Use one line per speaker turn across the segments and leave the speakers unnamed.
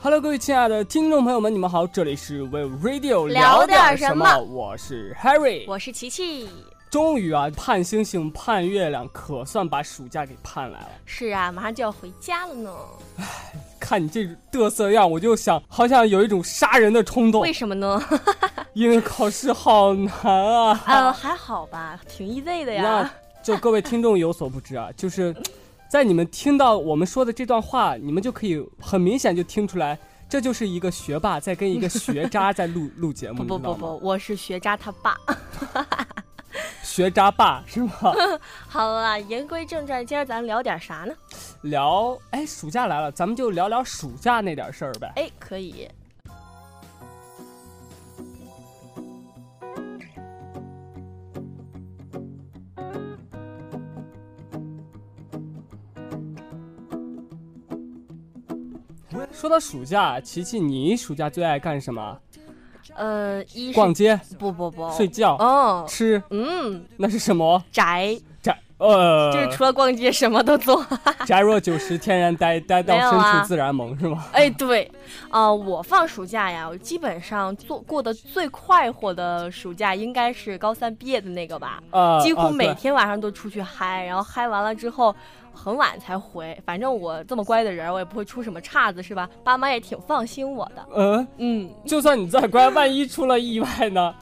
Hello，各位亲爱的听众朋友们，你们好，这里是 We Radio
聊
点
点
什
什
么，
么
我是 Harry。
我是琪琪。
终于啊，盼星星盼月亮，可算把暑假给盼来了。
是啊，马上就要回家了呢。
哦看你这嘚瑟样，我就想，好像有一种杀人的冲动
为，什 么呢？
因为考试好难 啊。
呃，还好吧，挺易累的
那
呀。啊
就各位听众有所不知啊，就是在你们听到我们说的这段话，你们就可以很明显就听出来，这就是一个学霸在跟一个学渣在录录节目，
不不
你知道
不
吗
不，我是学渣他爸。
学渣爸是吗？
好了，言归正传，今儿咱聊点啥呢？
聊，哎，暑假来了，咱们就聊聊暑假那点事儿呗。
哎，可以。嗯
说到暑假，琪琪，你暑假最爱干什 么？
呃，一是
逛街、
不不不，
睡觉、
哦，
吃，
嗯，
那是什么？
宅
宅呃，
就是除了逛街什么都 做。
宅若九十，天然呆，呆到
没有
深
啊
处自然萌，是 吗？
哎，对，啊、我放暑假呀，我基本上做过的最快活的暑假应该是高三毕业的那个吧。
呃，
几乎
啊
每
对
天晚上都出去嗨，然后嗨完了之后很晚才回。反正我这么乖的人，我也不会出什么岔子，是吧？爸妈也挺放心我的。
呃，
嗯，
就算你再乖，万一出了意外呢？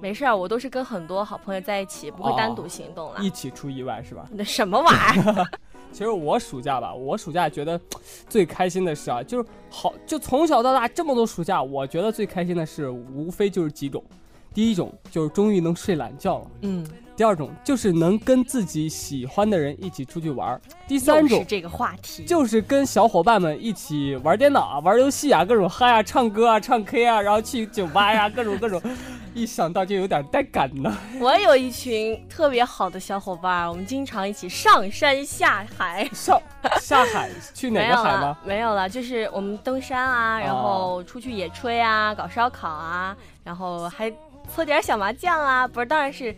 没事儿，我都是跟很多好朋友在一起，
哦
不会单独行动了。
一起出意外是吧？
你的什么玩意 儿？
其实我暑假吧，我暑假觉得最开心的事啊，就是好，就从小到大这么多暑假，我觉得最开心的事无非就是几种，第一种就是终于能睡懒觉了，
嗯，
第二种就是能跟自己喜欢的人一起出去玩儿，第三
又
种
是这个话题。
就是跟小伙伴们一起玩电脑啊、玩游戏啊、各种嗨啊、唱歌啊、唱 K 啊，然后去酒吧呀、各种各种，一想到就有点带感呢。
我有一群特别好的小伙伴儿，我们经常一起上山下海。
上下海去 哪
没
个
有
海吗哦
了？，没有了，就是我们登山啊，然后出去野炊啊，搞烧烤啊，然后还搓点小麻将啊，不是，当然是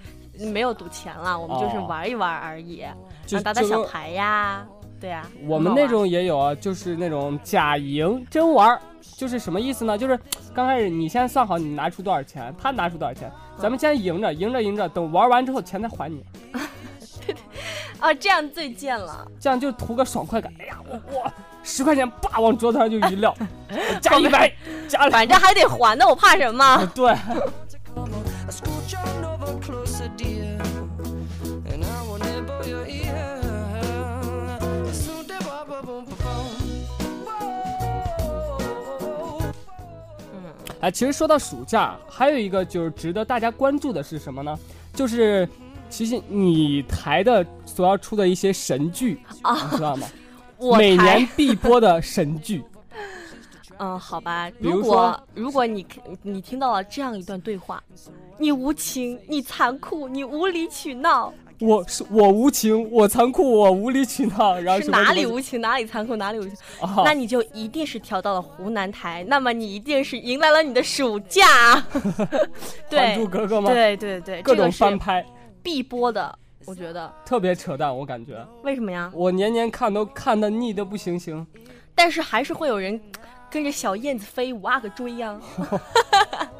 没有赌钱了，我们就是
哦
玩一玩而已，
就
然后打打
就
小
跟
牌呀，对啊呀、
我们那种也有啊，就是那种假赢真玩儿，就是什么意思呢？就是刚开始你先算好你拿出多少钱，他拿出多少钱，咱们先赢着，赢着赢着，等玩完之后钱再还你，
很好玩啊，这样最贱了，
这样就图个爽快感。哎呀，我我十块钱叭往桌子上就一 撂，我加一百，加两
反正还得还的，我怕什 么？
对。
Come on, I scooch on over closer, dear, and I will nibble your ear. Soon to ba- ba- boom, ba- boom. Whoa.
哎，其实说到暑假，还有一个就是值得大家关注的是什么呢？就是其实你台的所要出的一些神剧，
啊
你知道吗？
我
每年
才，
必播的神剧，
嗯，好吧，
比如
如果如果你你听到了这样一段对话，你无情，你残酷，你无理取闹，
我是我无情，我残酷，我无理取闹，然后啊
是
什么
哪
什么
里无情哪里残酷哪里无情。
啊？
那你就一定是调到了湖南台，那么你一定是迎来了你的暑 假。
还珠
对
格格》吗？
对对对，
各
这
种
个
翻
是
拍，
必播的，我觉得
特别扯淡，我感觉
为什么呀？
我年年看都看的腻的不行行。
但是还是会有人跟着小燕子飞舞啊，个追呀、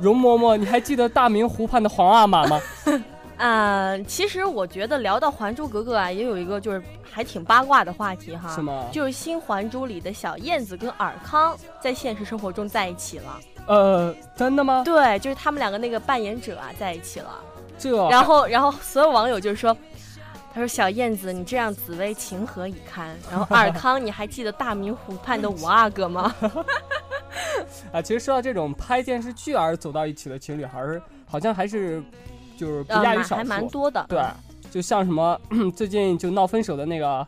容嬷嬷，你还记得大明湖畔的皇阿玛吗？
嗯、其实我觉得聊到《还珠格格》啊，也有一个就是还挺八卦的话题哈
是。吗？
啊就是新《还珠》里的小燕子跟尔康在现实生活中在一起了，
呃，真的吗？
对，就是他们两个那个扮演者啊在一起了。
这啊
然后，然后所有网友就是说，他说小燕子，你这让紫薇情何以堪？然后尔康，你还记得大明湖畔的五阿哥吗？
啊，其实说到这种拍电视剧而走到一起的情侣，还是好像还是就是不
呃，
亚于
蛮
少
还蛮
数。
多的。
对，就像什么 最近就闹分手的那个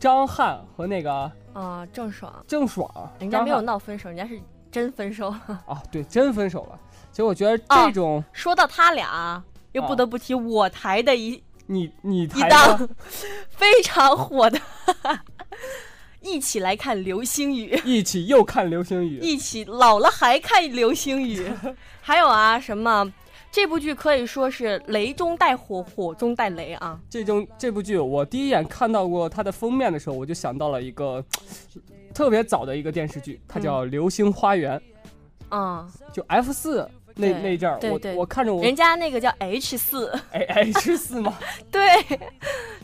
张翰和那个
啊、郑爽，
郑爽，
人家
张
没有
翰
闹分手，人家是真分手。
啊，对，真分手了。其实我觉得
啊
这种、
说到他俩，啊又不得不提我台的一、
你你
一
台
档
的
非常火的， 一起来看流星雨。
一起又看流星雨，
一起老了还看流星雨，还有啊什么，这部剧可以说是雷中带火，火中带雷啊！
这种这部剧，我第一眼看到过它的封面的时候，我就想到了一个特别早的一个电视剧，
嗯
它叫《流星花园》，
啊、
就 F 四那
对
那阵儿，
对对
我我看着我
人家那个叫 H 四，
哎 H 四 嘛，
对，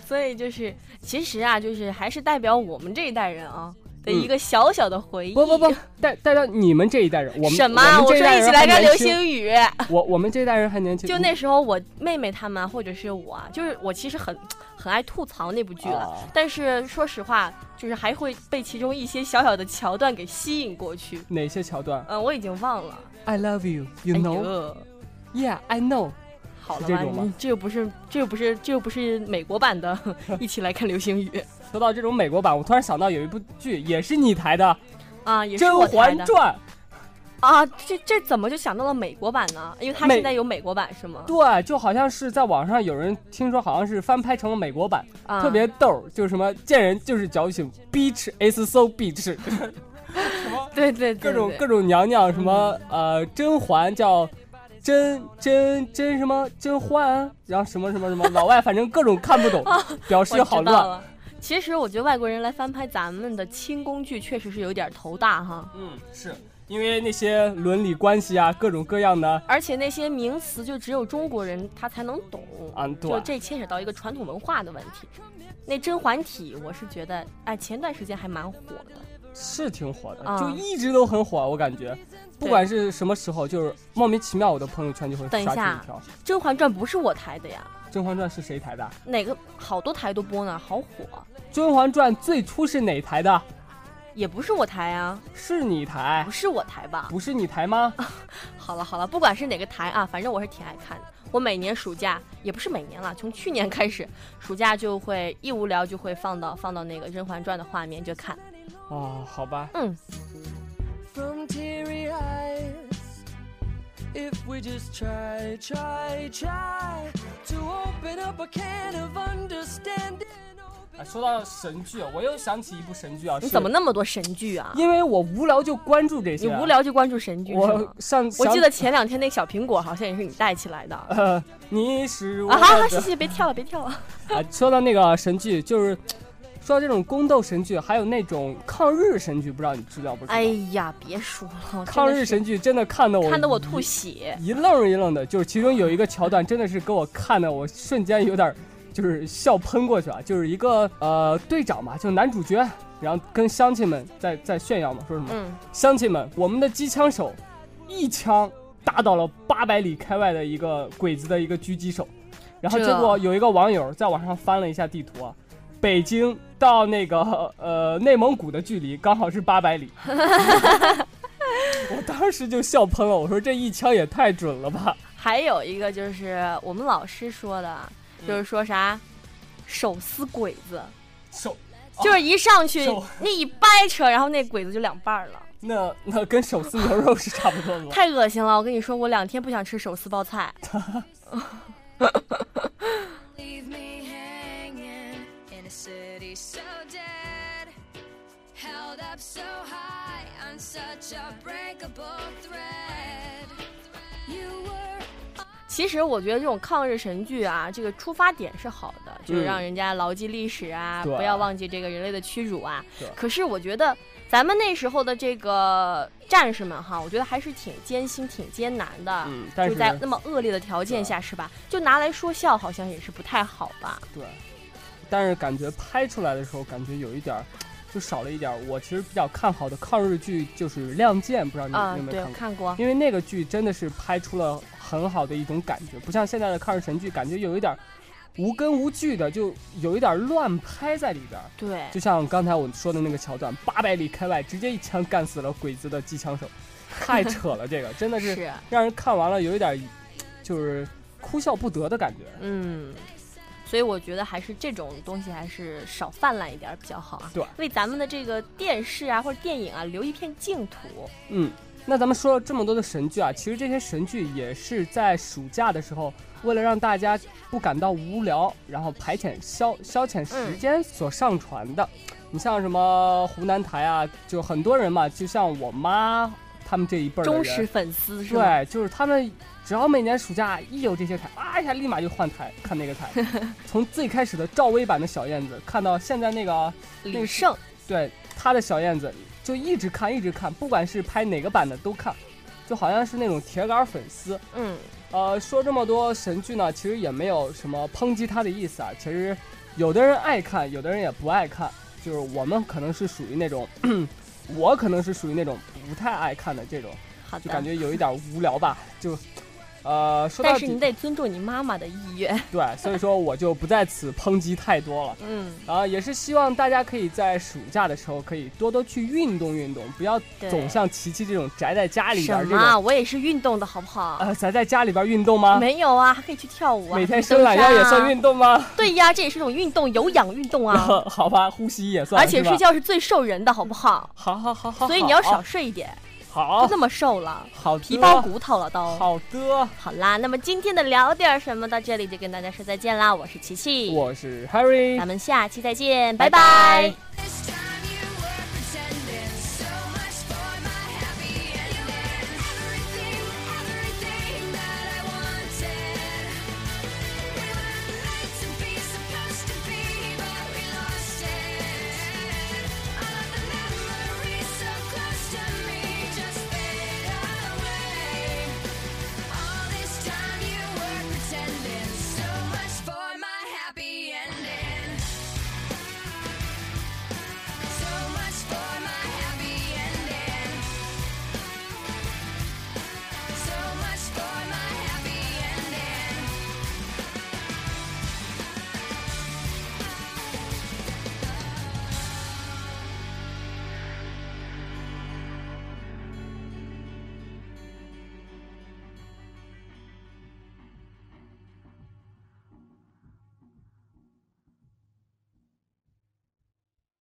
所以就是其实啊，就是还是代表我们这一代人啊的一个小小的回忆。
嗯不不不，代代表你们这一代人，我们
什么？
我们
我
这一
说
代
一
人
起来
还
看
年
流
轻，
星雨，
我我们这一代人还年轻，
就那时候我妹妹她们或者是我啊，就是我其实很很爱吐槽那部剧了，
啊
但是说实话，就是还会被其中一些小小的桥段给吸引过去。
哪些桥段
嗯，我已经忘了。
？I love you, you
哎
know,
呦，
yeah, I know。
好了
是这
吧，
种吗
你这又不是这又不是这又不是美国版的， 一起来看流星雨
说到这种美国版，我突然想到有一部剧也是你台的
啊，也
《
是
甄
我台
嬛
的
传》，
啊，这这怎么就想到了美国版呢？因为它
美
现在有美国版是吗？
对，就好像是在网上有人听说好像是翻拍成了美国版，
啊，
特别逗儿，就是什么见人就是矫情，bitch is so bitch，
对对对
各种
对嗯
各种娘娘什么呃甄嬛叫。甄甄甄什么甄嬛，然后什么什么什么，老外反正各种看不懂，表
哦我
示好
知道
乱。
了。其实我觉得外国人来翻拍咱们的清宫剧，确实是有点头大哈。
嗯，是因为那些伦理关系啊，各种各样的
而且那些名词就只有中国人他才能懂，
啊，
就
对，
这牵扯到一个传统文化的问题。那甄嬛体，我是觉得，哎，前段时间还蛮火的，
是挺火的，
啊
就一直都很火，我感觉，不管是什么时候，就是莫名其妙，我的朋友圈就会
等一
刷出
下
一条。
《甄嬛传》不是我台的呀，
《甄嬛传》是谁台的？
哪个好多台都播呢，好火，
《甄嬛传》最初是哪台的？
也不是我台啊，
是你台
不，是我台吧？
不是你台 吗？
好了好了，不管是哪个台啊，反正我是挺爱看的。我每年暑假也不是每年了，从去年开始，暑假就会一无聊就会放到放到那个《甄嬛传》的画面就看。
哦，好吧，
嗯，
from teary eyes. If we just try, try, try to open up a can of understanding.
啊说到神剧，我又想起一部神剧啊，
你
是
怎么？那么多神剧 啊？
因为我无聊就关注这
你
些，啊
无，聊就关注神剧是吗
我？上
我
想
记得前两天那个小苹果好像也是你带起来 的。啊
呃，你是我
哈哈，谢
的
谢，别跳了，别 跳了。
啊，说到那个神剧，就是说到这种宫斗神剧，还有那种抗日神剧，不知道你知道不知道？
哎呀，别说了，我真的
抗日
是
神剧真的看得我
看得我
一
吐血。
一愣一愣的，就是其中有一个桥段，真的是给我看的，我瞬间有点儿就是笑喷过去啊！就是一个呃队长嘛，就男主角，然后跟乡亲们在在炫耀嘛，说什么、
嗯，
乡亲们，我们的机枪手一枪打倒了八百里开外的一个鬼子的一个狙击手，然后
这
结果有一个网友在网上翻了一下地图啊，北京到那个呃内蒙古的距离刚好是八百 里。我当时就笑喷了，我说这一枪也太准了吧！
还有一个就是我们老师说的，
嗯
就是说啥，手撕鬼子，
手
就是一上去
手
那一掰扯，然后那鬼子就两半儿了，
那那跟手撕牛肉是差不多的吧？
太恶心了。我跟你说，我两天不想吃手撕包菜。
Leave me hanging in a city so dead. Held up so high on such a breakable thread. You were
其实我觉得这种抗日神剧啊，这个出发点是好的，就是
嗯
让人家牢记历史啊，
对
不要忘记这个人类的屈辱啊
对。
可是我觉得咱们那时候的这个战士们哈，我觉得还是挺艰辛、挺艰难的。
嗯，但
就是在那么恶劣的条件
对啊
下，是吧？就拿来说笑，好像也是不太好吧？
对，但是感觉拍出来的时候，感觉有一点儿，就少了一点儿。我其实比较看好的抗日剧就是《亮剑》，不知道你,、
啊
你有，没
对
有，看过？
看过。
因为那个剧真的是拍出了很好的一种感觉，不像现在的抗日神剧，感觉有一点儿无根无据的，就有一点儿乱拍在里边儿。
对，
就像刚才我说的那个桥段，八百里开外直接一枪干死了鬼子的机枪手， 太扯了，这个真的是
是，
让人看完了有一点儿就是哭笑不得的感觉。
嗯，所以我觉得还是这种东西还是少泛滥一点儿比较好啊。
对，
为咱们的这个电视啊或者电影啊留一片净土。
嗯，那咱们说了这么多的神剧啊，其实这些神剧也是在暑假的时候，为了让大家不感到无聊，然后排遣消消遣时间所上传的。你像什么湖南台啊，就很多人嘛，就像我妈。他们这一辈儿的人
忠实粉丝是吧？
对，就是他们只要每年暑假一有这些台，啊一下立马就换台看那个台， 从最开始的赵薇版的小燕子看到现在那个那
李
个
晟
对她的小燕子，就一直看一直看，不管是拍哪个版的都看，就好像是那种铁杆粉丝。
嗯，
呃，说这么多神剧呢，其实也没有什么抨击它的意思啊。其实有的人爱看，有的人也不爱看。就是我们可能是属于那种， 我可能是属于那种不太爱看的这种。
好
就感
的。
觉有一点无聊吧，就，呃，说到
但是你
底，
得尊重你妈妈的意 愿。
对，所以说我就不在此抨击太多了。
嗯，
然后也是希望大家可以在暑假的时候可以多多去运动运动，不要
对
总像琪琪这种宅在家里边
什
儿这
么
种
啊？。我也是运动的好不好？
呃，宅在家里边儿运动吗？
没有啊，还可以去跳舞啊，
每天
还可以
伸懒腰
登
也
山啊
算运动吗？
对呀，这也是一种运动，有氧运 动啊。
好吧，呼吸也算。
而且
是吧哦
睡。觉是最瘦人的，好不好？
好好好好。
所以你要
好
少。睡一点，不
好。
那么瘦了，
好的。
皮包骨头了都。
哦好的。
好啦，那么今天的聊点什么到这里就跟大家说再见啦，我是琪琪，
我是 Harry。
咱们下期再见，
拜
拜
拜
拜
This time